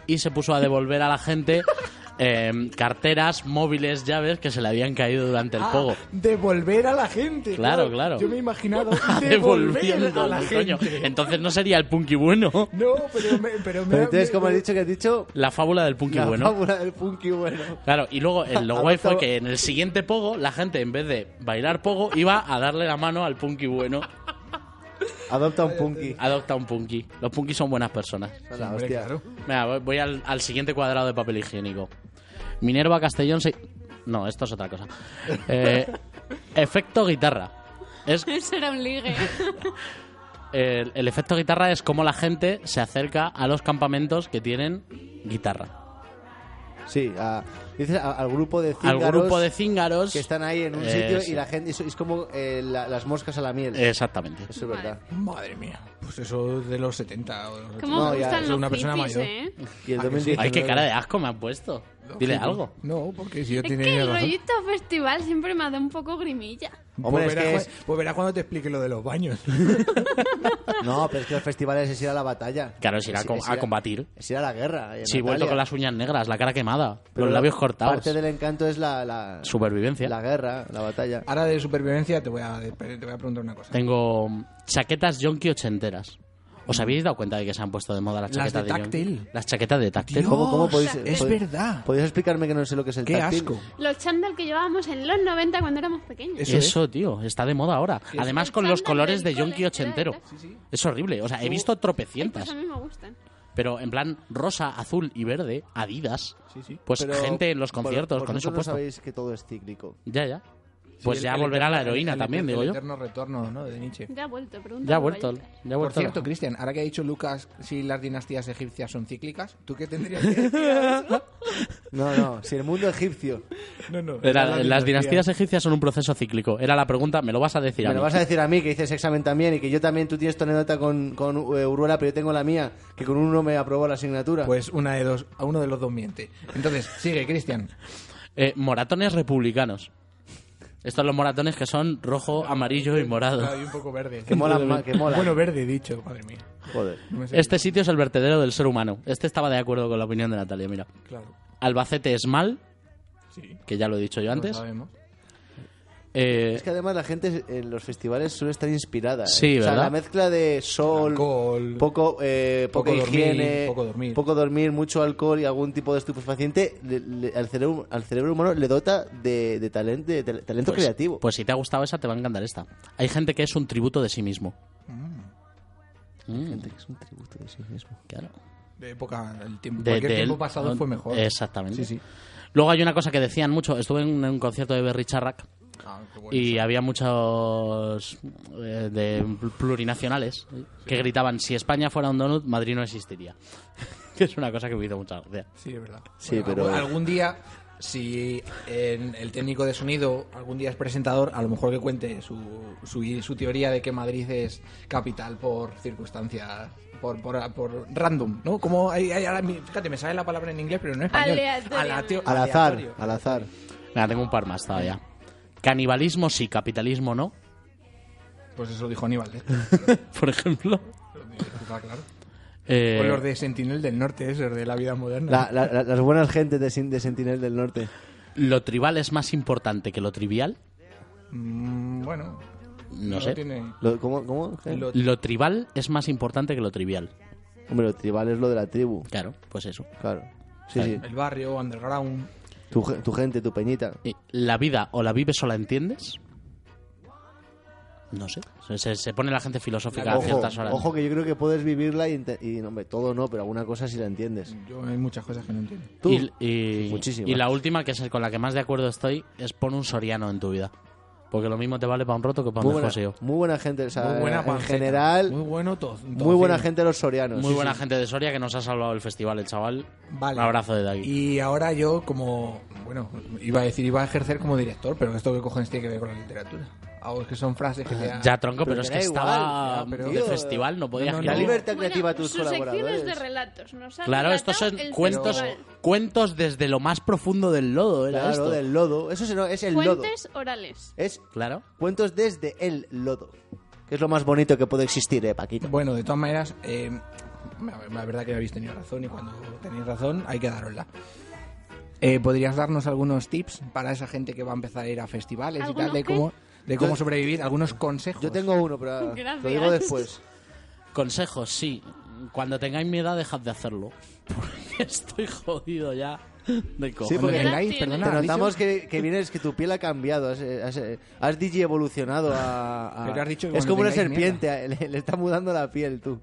y se puso a devolver a la gente eh, carteras, móviles, llaves que se le habían caído durante el juego.
Ah, Devolver a la gente.
Claro, claro. Ah,
Yo me he imaginado devolver
Devolviendo,
a la
coño.
gente.
Entonces no sería el punky bueno.
No, pero me, pero me
Pero entonces,
me-
como he
me-
dicho que has dicho,
La fábula del punky
la
bueno.
fábula del punky bueno.
Claro, y luego el lo
Ha
guay fue
adoptado-
que en el siguiente pogo la gente en vez de bailar pogo iba a darle la mano al punky bueno.
Adopta un punky.
Adopta un punky. Los punkis son buenas personas.
Sí,
Hola,
hombre,
hostia.
claro.
Venga, voy- voy al, al siguiente cuadrado de papel higiénico. Minerva Castellón se... No, esto es otra cosa. Eh, efecto guitarra. Es,
Ese era un ligue.
el, el efecto guitarra es como la gente se acerca a los campamentos que tienen guitarra.
Sí, a- dices a- al grupo de
Al
cíngaros
grupo de cíngaros...
que están ahí en un
Eh,
sitio
sí. Eh.
y la gente es, es como eh, la- las moscas a la miel.
Exactamente.
Eso es verdad.
Madre mía. Pues eso de los 70. o de los
¿Cómo
80.
No,
me
ya,
gustan
soy
los
una persona
frikis,
mayor.
eh?
Y el
Ah, que sí.
2019.
Ay, qué cara de asco me han puesto. Dile algo.
No, porque si yo
Es
tenía
que el
razón.
rollito festival siempre me ha dado un poco grimilla.
Hombre,
pues,
es
verás,
que
cu- pues verás cuando te explique lo de los baños.
No, pero es que los festivales es ir a la batalla.
Claro, es ir a, com- a combatir.
Es ir a la guerra. eh,
Sí,
Natalia.
vuelto con las uñas negras, la cara quemada,
Pero
los
la-
labios cortados.
Parte del encanto es la, la,
Supervivencia.
la guerra, la batalla.
Ahora de supervivencia te voy a, te voy a preguntar una cosa.
Tengo chaquetas yonki ochenteras.
Mm.
¿Os habéis dado cuenta de que se han puesto de moda las
Las
chaquetas
de
yonki?
táctil.
Las chaquetas de táctil.
Dios,
¿Cómo, cómo podéis,
es
podéis-
verdad.
¿Podéis explicarme que no sé lo que es el
Qué
táctil?
asco.
Los chándal que llevábamos en los 90 cuando éramos pequeños.
Eso
Eso,
es.
tío, está de moda ahora. Además
El
con los
chándal
colores de
del
yonki
cole,
ochentero.
era de táctil.
Es horrible, o sea, he visto
Estos
tropecientas,
a mí me gustan.
pero en plan rosa, azul y verde, Adidas. Pues
Pero
gente en los
por-
conciertos con eso
vosotros no
puesto.
sabéis que todo es cíclico.
Ya, ya. Pues
Sí,
ya
el- el
volverá la
eterno-
heroína
el-
también,
el
digo yo.
eterno retorno, ¿no? De Nietzsche.
Ya ha vuelto, pregunta.
Ya ha
por
vuelto,
Vallecas.
ya ha
Por
vuelto.
cierto, Cristian, ahora que ha dicho Lucas si las dinastías egipcias son cíclicas, ¿tú qué tendrías que decir? a eso?
No, no, si el mundo egipcio.
No, no.
Era-
eran
las dinastías egipcias son un proceso cíclico. Era la pregunta, me lo vas a decir a
Me lo
mí.
vas a decir a mí que hices examen también y que yo también, tú tienes tu anécdota con, con eh, Uruela, pero yo tengo la mía, que con uno me aprobó la asignatura.
Pues una de dos, a uno de los dos miente. Entonces, sigue, Cristian.
Eh, moratones republicanos. Estos los moratones que son rojo, amarillo y
Hay
morado.
un poco verde.
Que mola ma- que mola.
Bueno, verde dicho, madre mía.
Joder.
No me sé.
Este sitio es el vertedero del ser humano. Este estaba de acuerdo con la opinión de Natalia, mira.
Claro,
Albacete es mal,
sí.
que ya lo he dicho yo
Lo
antes.
sabemos.
Eh,
Es que además la gente en los festivales suele estar inspirada. ¿eh?
Sí,
O sea,
¿verdad?
la mezcla de sol,
Alcohol.
poco, eh, poca
Poco dormir,
higiene,
poco dormir.
dormir, mucho alcohol y algún tipo de estupefaciente, le- le- al, cerebro, al cerebro humano le dota de, de talent- de tal- talento
pues-
creativo.
Pues si te ha gustado esa, te va a encantar esta. Hay gente que es un tributo de sí mismo. Mm,
Gente que es un tributo de sí mismo.
claro.
De época, el tiempo,
De-
cualquier
de
tiempo
él.
pasado fue mejor.
Exactamente.
Sí, sí.
Luego hay una cosa que decían mucho. Estuve en un concierto de Berry Charrac
Ah, qué bueno.
y había muchos eh, de plurinacionales que gritaban si España fuera un donut Madrid no existiría que es una cosa que me hizo mucha gracia
Sí, es verdad.
Sí,
Bueno,
pero-
algún- Algún día, si en el técnico de sonido algún día es presentador, a lo mejor que cuente su, su, su teoría de que Madrid es capital por circunstancias, por, por, por random, ¿no? Como hay, hay ahora mi- fíjate, me sale la palabra en inglés, pero no en español.
Aleatoriamente.
Al azar,
aleatorio.
al azar.
Venga, tengo un par más todavía canibalismo sí capitalismo no
Pues eso dijo Aníbal, ¿eh?
por ejemplo
Está claro.
Eh,
O los de Sentinel del Norte, esos de la vida moderna.
La- la- la- las buenas gentes de, Sin- de Sentinel del Norte.
lo tribal es más importante que lo trivial
Mm, bueno,
No sé.
tiene-
Lo- ¿Cómo? cómo? ¿Qué?
Lo-
Lo tribal es más importante que lo trivial.
Hombre, lo tribal es lo de la tribu,
Claro, pues eso.
claro. Sí, sí.
El barrio, underground.
Tu, ge- tu gente, tu peñita.
Y ¿La vida o la vives o la entiendes? No sé. Se, se- se pone la gente filosófica a
Ojo,
ciertas horas.
ojo, que yo creo que puedes vivirla y, ente- y, hombre, todo no, pero alguna cosa sí la entiendes.
Yo hay muchas cosas que no entiendo.
Tú.
Y, y-
Muchísimas.
y la última, que es el con la que más de acuerdo estoy, es pon un soriano en tu vida. Porque lo mismo te vale para un roto que para
muy,
un
buena,
desposeo.
muy buena gente, o sea,
muy buena
en
panceta,
general,
Muy
muy,
bueno todo.
buena
tocino.
gente los sorianos.
Muy
sí,
buena
sí.
gente de Soria que nos ha salvado el festival, el chaval.
Vale.
Un abrazo desde aquí.
Y ahora yo como, bueno, iba a decir, iba a ejercer como director, pero esto que cojones tiene que ver con la literatura. Ah, es que son frases que te
Ya, tronco,
Pero
pero, es
que
que
da
estaba
igual, ya, pero-
de festival, no podías
No, no,
La
no.
creerlo.
libertad creativa a tus
sus secciones
colaboradores.
de relatos. Nos ha
Claro, estos
relatado
son
el
cuentos,
festival.
cuentos desde lo más profundo del lodo, era
Claro,
esto.
del lodo. Eso sí, no, es el lodo.
Fuentes orales.
Es
Claro.
cuentos desde el lodo. Que es lo más bonito que puede existir, eh, Paquito.
Bueno, de todas maneras, eh, la verdad que habéis tenido razón y cuando tenéis razón hay que darosla. Eh, ¿Podrías darnos algunos tips para esa gente que va a empezar a ir a festivales y tal,
¿Algunos
de
qué?
cómo, de cómo
Yo-
sobrevivir? ¿Algunos consejos?
Yo tengo uno, pero ah, lo digo
Gracias.
después.
Consejos, sí. Cuando tengáis mi edad, dejad de hacerlo. Porque estoy jodido ya de cojones.
Cuando
porque-
tengáis,
Te
perdona,
Te
¿has dicho?
notamos que, que vienes, que tu piel ha cambiado. Has, eh, has, eh, has digi evolucionado a. a-
Pero has dicho que
es
cuando
como una
tengáis
serpiente, a- le, le está mudando la piel, tú.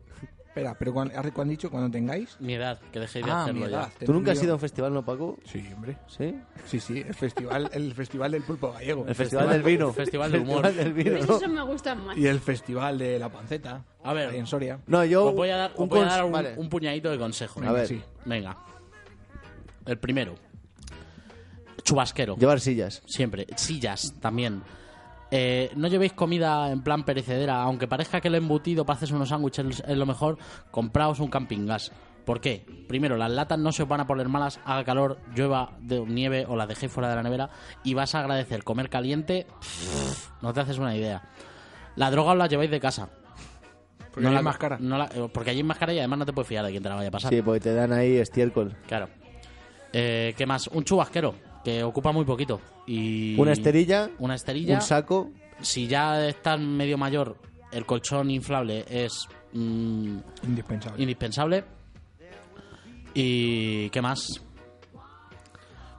Espera, pero cuando, has dicho cuando tengáis?
Mi edad, que dejéis de
Ah,
hacerlo
mi edad.
ya.
¿Tú nunca has ido
Entendido.
a un festival, no, Paco?
Sí, hombre.
¿Sí?
Sí, sí, el festival, el festival del pulpo gallego.
El Festival del Vino.
Festival del humor.
Festival del
Pero
Vino.
esos me gustan más.
Y el festival de la panceta.
A ver.
ahí en Soria.
No, yo.
Os voy a dar os
un
voy a
cons-
dar un,
vale.
un puñadito de consejos.
A ver.
Sí.
Venga. El primero. Chubasquero.
Llevar sillas.
Siempre. Sillas también. Eh, no llevéis comida en plan perecedera. Aunque parezca que el embutido para hacer unos sándwiches es lo mejor, compraos un camping gas. ¿Por qué? Primero, las latas no se os van a poner malas, haga calor, llueva, de nieve o las dejéis fuera de la nevera y vas a agradecer comer caliente. No te haces una idea. La droga os la lleváis de casa.
Porque
no
no
la
la más cara.
no la- eh, porque allí es más cara y además no te puedes fiar de quién te la vaya a pasar.
Sí, porque te dan ahí estiércol.
Claro. Eh, ¿Qué más? Un chubasquero, que ocupa muy poquito. Y
Una esterilla.
Una esterilla. Pues
Un saco.
si ya estás medio mayor, el colchón inflable es mm,
Indispensable.
indispensable. ¿Y qué más?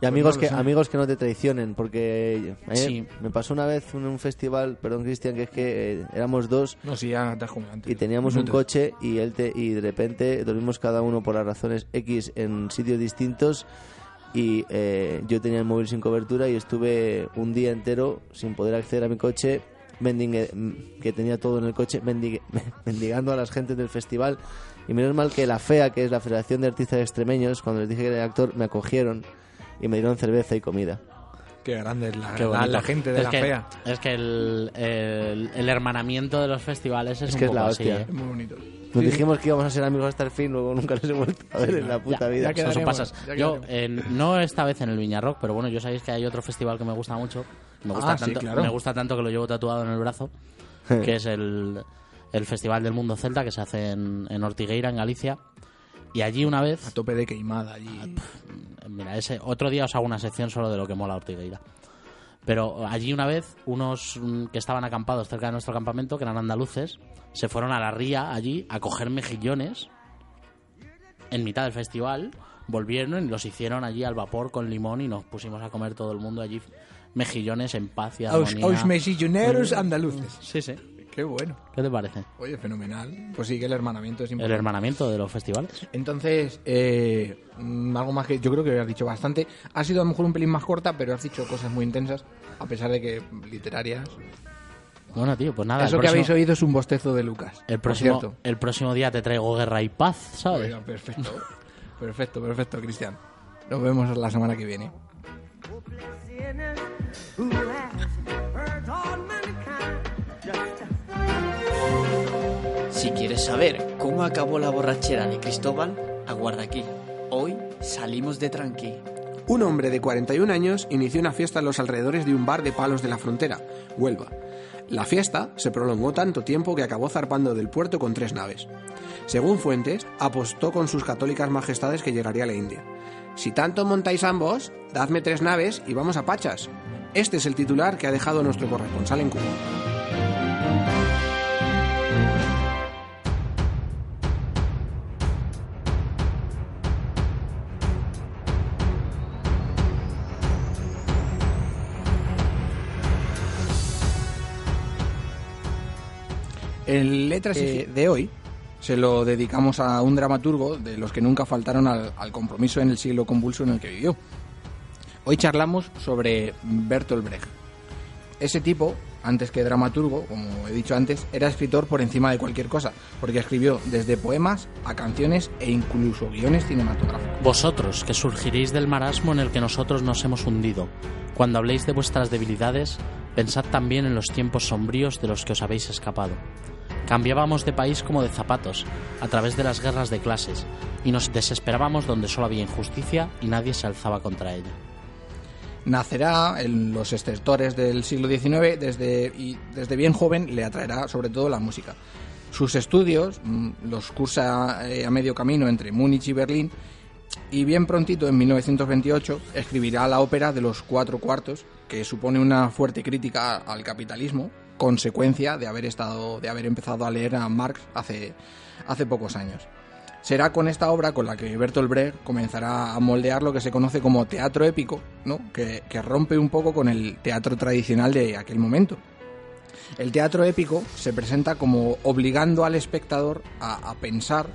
Y amigos,
no lo
que,
sé.
amigos que no te traicionen, porque eh,
Sí.
me pasó una vez en un festival, perdón Cristian, que es que eh, éramos dos
No, sí, ya te has comido antes.
y teníamos
No
un
te-
coche y él te, y de repente dormimos cada uno por las razones X en sitios distintos y eh, yo tenía el móvil sin cobertura y estuve un día entero sin poder acceder a mi coche mendigue- m- que tenía todo en el coche mendigue- mendigando a las gentes del festival y menos mal que la FEA que es la Federación de Artistas Extremeños cuando les dije que era actor me acogieron y me dieron cerveza y comida
Qué grande es la,
Qué
Ah, la-
bonito.
la gente de
es
la
que,
fea.
Es que el, el- el hermanamiento de los festivales es,
Es
un
que es
poco
la
así,
hostia.
¿eh?
Es muy bonito.
nos
Sí, sí.
dijimos que íbamos a ser amigos hasta el fin luego nunca les he vuelto a ver en la puta
Ya,
vida
ya que-
Son sus
quedaremos,
pasas.
ya
Yo,
quedaremos.
eh, no esta vez en el Viñarrock, pero bueno, yo sabéis que hay otro festival que me gusta mucho. Me gusta,
Ah, sí,
tanto,
claro.
me gusta tanto que lo llevo tatuado en el brazo, que es el, el Festival del Mundo Celta que se hace en, en Ortigueira, en Galicia. Y allí una
A
vez,
tope de queimada
Ah,
allí.
mira, ese otro día os hago una sección solo de lo que mola Ortigueira. Pero allí una vez, unos mm, que estaban acampados cerca de nuestro campamento, que eran andaluces, se fueron a la ría allí a coger mejillones en mitad del festival. Volvieron y los hicieron allí al vapor con limón y nos pusimos a comer todo el mundo allí mejillones en paz y
Os,
armonía.
os mejilloneros andaluces.
Sí, sí.
Qué bueno.
¿Qué te parece?
Oye, fenomenal. Pues sí, que el hermanamiento es
El
importante.
hermanamiento de los festivales.
Entonces, eh, mm, algo más que yo creo que has dicho bastante. Ha sido a lo mejor un pelín más corta, pero has dicho cosas muy intensas, a pesar de que literarias.
Bueno, tío, pues nada. el
Eso que
próximo-
habéis oído es un bostezo de Lucas.
El
por
próximo, Ah,
cierto.
el próximo día te traigo guerra y paz, ¿sabes?
Oiga, perfecto. Perfecto, perfecto, Cristian. Nos vemos la semana que viene.
sinners who has hurt all mankind. Just
Si quieres saber cómo acabó la borrachera de Cristóbal, aguarda aquí. Hoy salimos de Tranqui.
Un hombre de 41 años inició una fiesta en los alrededores de un bar de Palos de la Frontera, Huelva. La fiesta se prolongó tanto tiempo que acabó zarpando del puerto con tres naves. Según fuentes, apostó con sus católicas majestades que llegaría a la India. Si tanto montáis ambos, dadme tres naves y vamos a Pachas. Este es el titular que ha dejado nuestro corresponsal en Cuba.
El Letras y
Eh,
Fi- de hoy se lo dedicamos a un dramaturgo de los que nunca faltaron al, al compromiso en el siglo convulso en el que vivió. Hoy charlamos sobre Bertolt Brecht. Ese tipo, antes que dramaturgo, como he dicho antes, era escritor por encima de cualquier cosa, porque escribió desde poemas a canciones e incluso guiones cinematográficos.
Vosotros, que surgiréis del marasmo en el que nosotros nos hemos hundido, cuando habléis de vuestras debilidades, pensad también en los tiempos sombríos de los que os habéis escapado. Cambiábamos de país como de zapatos, a través de las guerras de clases, y nos desesperábamos donde solo había injusticia y nadie se alzaba contra ella.
nacerá en los estertores del siglo XIX desde, y desde bien joven le atraerá sobre todo la música. Sus estudios mm, los cursa eh, a medio camino entre Múnich y Berlín y bien prontito, en 1928, escribirá la ópera de los cuatro cuartos, que supone una fuerte crítica al capitalismo, consecuencia de haber, estado, de haber empezado a leer a Marx hace, hace pocos años. Será con esta obra con la que Bertolt Brecht comenzará a moldear lo que se conoce como teatro épico, ¿no? que, que rompe un poco con el teatro tradicional de aquel momento. El teatro épico se presenta como obligando al espectador a, a pensar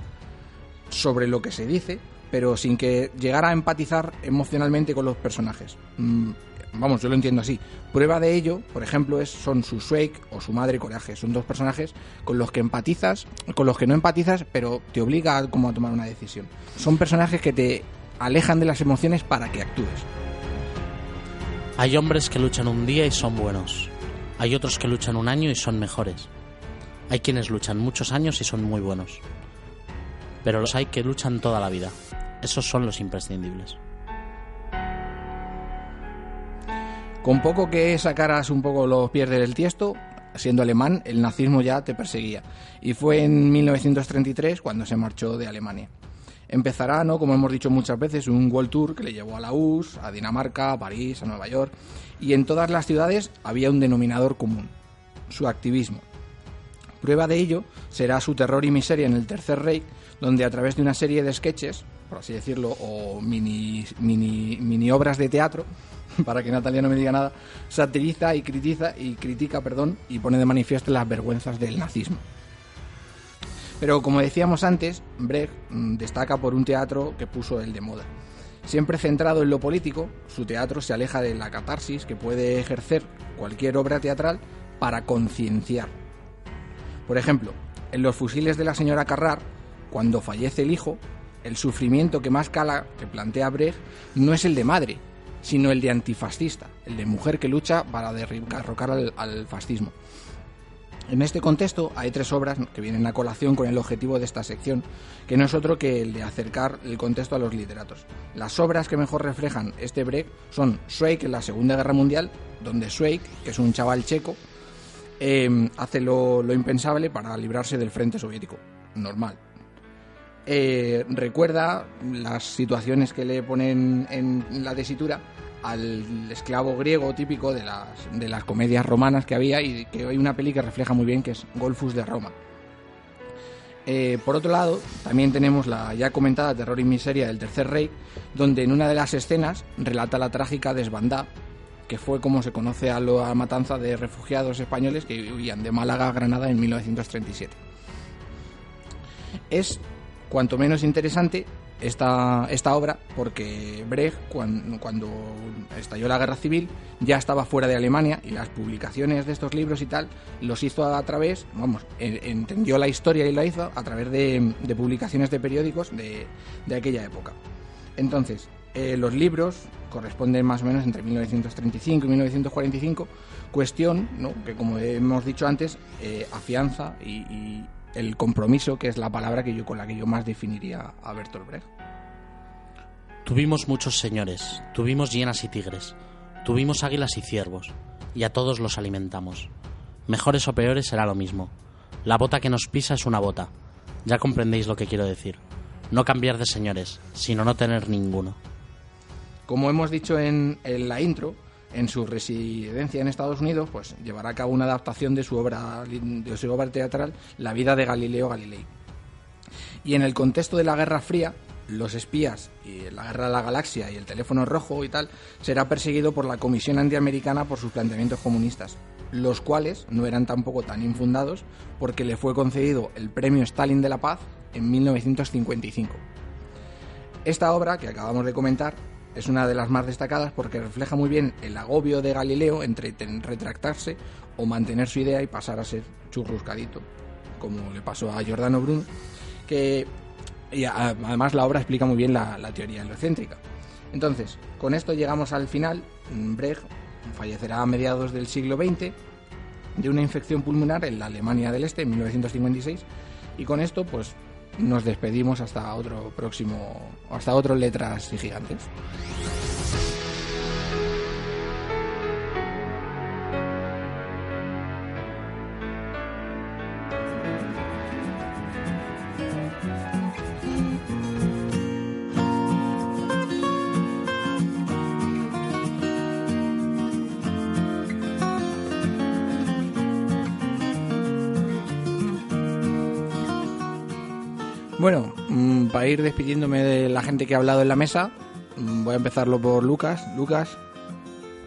sobre lo que se dice, pero sin que llegara a empatizar emocionalmente con los personajes. Mm, vamos, yo lo entiendo así. Prueba de ello, por ejemplo, es, son su Swake o su madre Coraje. Son dos personajes con los que empatizas, con los que no empatizas, pero te obliga a- como a tomar una decisión. Son personajes que te alejan de las emociones para que actúes.
Hay hombres que luchan un día y son buenos. Hay otros que luchan un año y son mejores. Hay quienes luchan muchos años y son muy buenos. Pero los hay que luchan toda la vida. Esos son los imprescindibles.
Con poco que sacaras un poco los pies del tiesto, siendo alemán, el nazismo ya te perseguía. Y fue en 1933 cuando se marchó de Alemania. Empezará, ¿no? Como hemos dicho muchas veces, un World Tour que le llevó a la US, a Dinamarca, a París, a Nueva York. Y en todas las ciudades había un denominador común, su activismo. Prueba de ello será su terror y miseria en el Tercer Reich, donde a través de una serie de sketches, por así decirlo, o mini, mini, mini obras de teatro, para que Natalia no me diga nada, satiriza y critiza y critica, perdón, y pone de manifiesto las vergüenzas del nazismo. Pero como decíamos antes, Brecht mm, destaca por un teatro que puso él de moda. Siempre centrado en lo político, su teatro se aleja de la catarsis que puede ejercer cualquier obra teatral para concienciar. Por ejemplo, en Los fusiles de la señora Carrar, cuando fallece el hijo, el sufrimiento que más cala, que plantea Brecht, no es el de madre, sino el de antifascista, el de mujer que lucha para derri- derrocar al, al fascismo. En este contexto hay tres obras que vienen a colación con el objetivo de esta sección, que no es otro que el de acercar el contexto a los literatos. Las obras que mejor reflejan este Brecht son Zweig en la Segunda Guerra Mundial, donde Zweig, que es un chaval checo, eh, hace lo, lo impensable para librarse del frente soviético. Normal. Eh, recuerda las situaciones que le ponen en la tesitura al esclavo griego típico de las, de las comedias romanas que había y que hay una peli que refleja muy bien que es Golfus de Roma. Eh, por otro lado, también tenemos la ya comentada Terror y Miseria del Tercer Rey, donde en una de las escenas relata la trágica desbandada que fue como se conoce a la matanza de refugiados españoles que huían de Málaga a Granada en 1937. Es cuanto menos interesante esta, esta obra porque Brecht, cuan- cuando, estalló la guerra civil, ya estaba fuera de Alemania y las publicaciones de estos libros y tal los hizo a través, vamos, en- entendió la historia y la hizo a través de, de publicaciones de periódicos de- de aquella época. Entonces, eh, los libros corresponden más o menos entre 1935 y 1945, cuestión ¿no? que, como hemos dicho antes, eh, afianza y, y el compromiso, que es la palabra que yo, con la que yo más definiría a Bertolt Brecht.
Tuvimos muchos señores, tuvimos hienas y tigres, tuvimos águilas y ciervos, y a todos los alimentamos. Mejores o peores será lo mismo. La bota que nos pisa es una bota. Ya comprendéis lo que quiero decir. No cambiar de señores, sino no tener ninguno.
Como hemos dicho en, en la intro, en su residencia en Estados Unidos, pues llevará a cabo una adaptación de su obra, li- de su obra teatral, La vida de Galileo Galilei. Y en el contexto de la Guerra Fría, los espías y la Guerra de la Galaxia y el teléfono rojo y tal, será perseguido por la Comisión Antiamericana por sus planteamientos comunistas. los cuales no eran tampoco tan infundados porque le fue concedido el Premio Stalin de la Paz en 1955. Esta obra que acabamos de comentar es una de las más destacadas porque refleja muy bien el agobio de Galileo entre ten- retractarse o mantener su idea y pasar a ser churruscadito, como le pasó a Giordano Bruno, que y a- además la obra explica muy bien la, la teoría heliocéntrica. Entonces, con esto llegamos al final. Brecht fallecerá a mediados del siglo XX de una infección pulmonar en la Alemania del Este en 1956 y con esto pues nos despedimos hasta otro próximo hasta otro letras y gigantes. Bueno, mm, para ir despidiéndome de la gente que ha hablado en la mesa, mm, voy a empezarlo por Lucas. Lucas,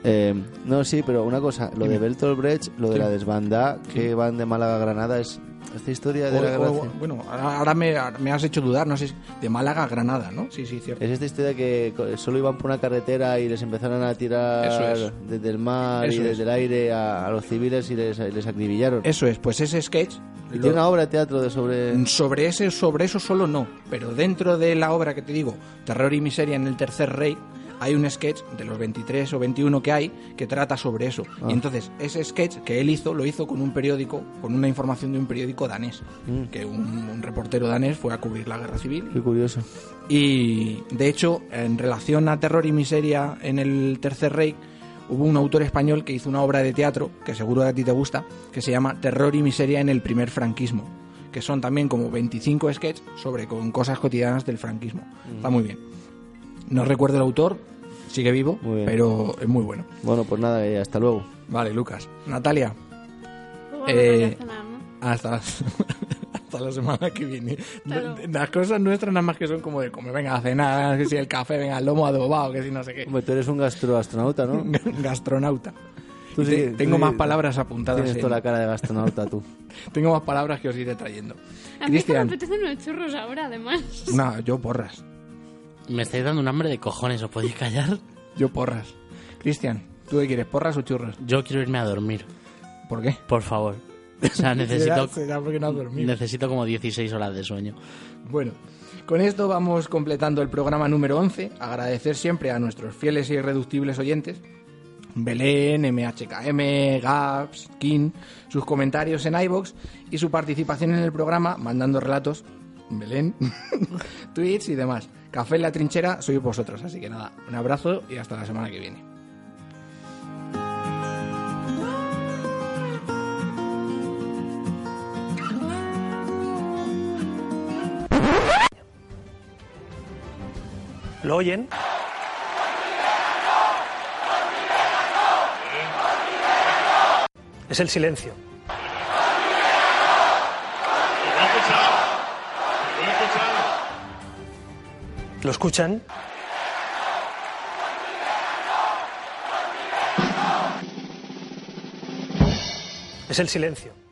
Eh, no, sí, pero una cosa, lo de Bertolt Brecht, lo de
Sí.
la desbandada que van de Málaga a Granada, es esta historia de
o-
la
o-
gracia.
bueno, ahora, ahora me, me has hecho dudar, no sé, si- de Málaga a Granada, ¿no? Sí, sí, cierto.
Es esta historia que co- solo iban por una carretera y les empezaron a tirar
Eso es.
desde el mar
Eso
y
es.
desde el aire a, a los civiles y les, les acribillaron.
Eso es, pues ese sketch... lo-
Y
Mm.
tiene una obra de teatro de sobre...
Sobre ese, sobre eso solo no, pero dentro de la obra que te digo, Terror y Miseria en el Tercer Rey, hay un sketch de los 23 o 21 que hay que trata sobre eso.
Ah.
Y entonces ese sketch que él hizo lo hizo con un periódico, con una información de un periódico danés,
Mm.
que un, un reportero danés fue a cubrir la guerra civil.
Qué curioso.
Y de hecho, en relación a Terror y Miseria en el Tercer Rey, hubo un autor español que hizo una obra de teatro, que seguro que a ti te gusta, que se llama Terror y Miseria en el primer franquismo, que son también como 25 sketches sobre con cosas cotidianas del franquismo.
Mm.
Está muy bien. No recuerdo el autor, sigue vivo,
Muy bien.
pero es muy bueno.
Bueno, pues nada, eh, hasta luego.
Vale, Lucas. Natalia,
Luego
Eh,
no me nada, ¿no?
hasta la, hasta la semana que viene.
Claro.
Las cosas nuestras nada más que son como de comer, venga a cenar, que si el café, venga el lomo adobado, que si no sé qué.
Hombre, tú eres un gastroastronauta, ¿no?
gastronauta.
Tú
Y te-
sí,
tengo
tú
más
sí.
palabras apuntadas.
Tienes
en-
toda la cara de gastronauta, tú.
Tengo más palabras que os iré trayendo.
A mí es que me
Cristian,
apetecen unos churros ahora, además.
no, yo porras.
Me estáis dando un hambre de cojones, ¿os podéis callar?
Yo porras. Cristian, ¿tú qué quieres, porras o churros?
Yo quiero irme a dormir,
¿Por qué?
por favor. O sea, necesito,
Será- será porque no has dormido.
necesito como 16 horas de sueño.
Bueno, con esto vamos completando el programa número 11. Agradecer siempre a nuestros fieles y irreductibles oyentes. Belén, MHKM, Gaps, King, sus comentarios en iVoox y su participación en el programa mandando relatos, Belén, tweets y demás. Café en la trinchera, soy vosotros, así que nada, un abrazo y hasta la semana que viene.
¿Lo oyen? Es el silencio. ¿Lo escuchan? Es el silencio.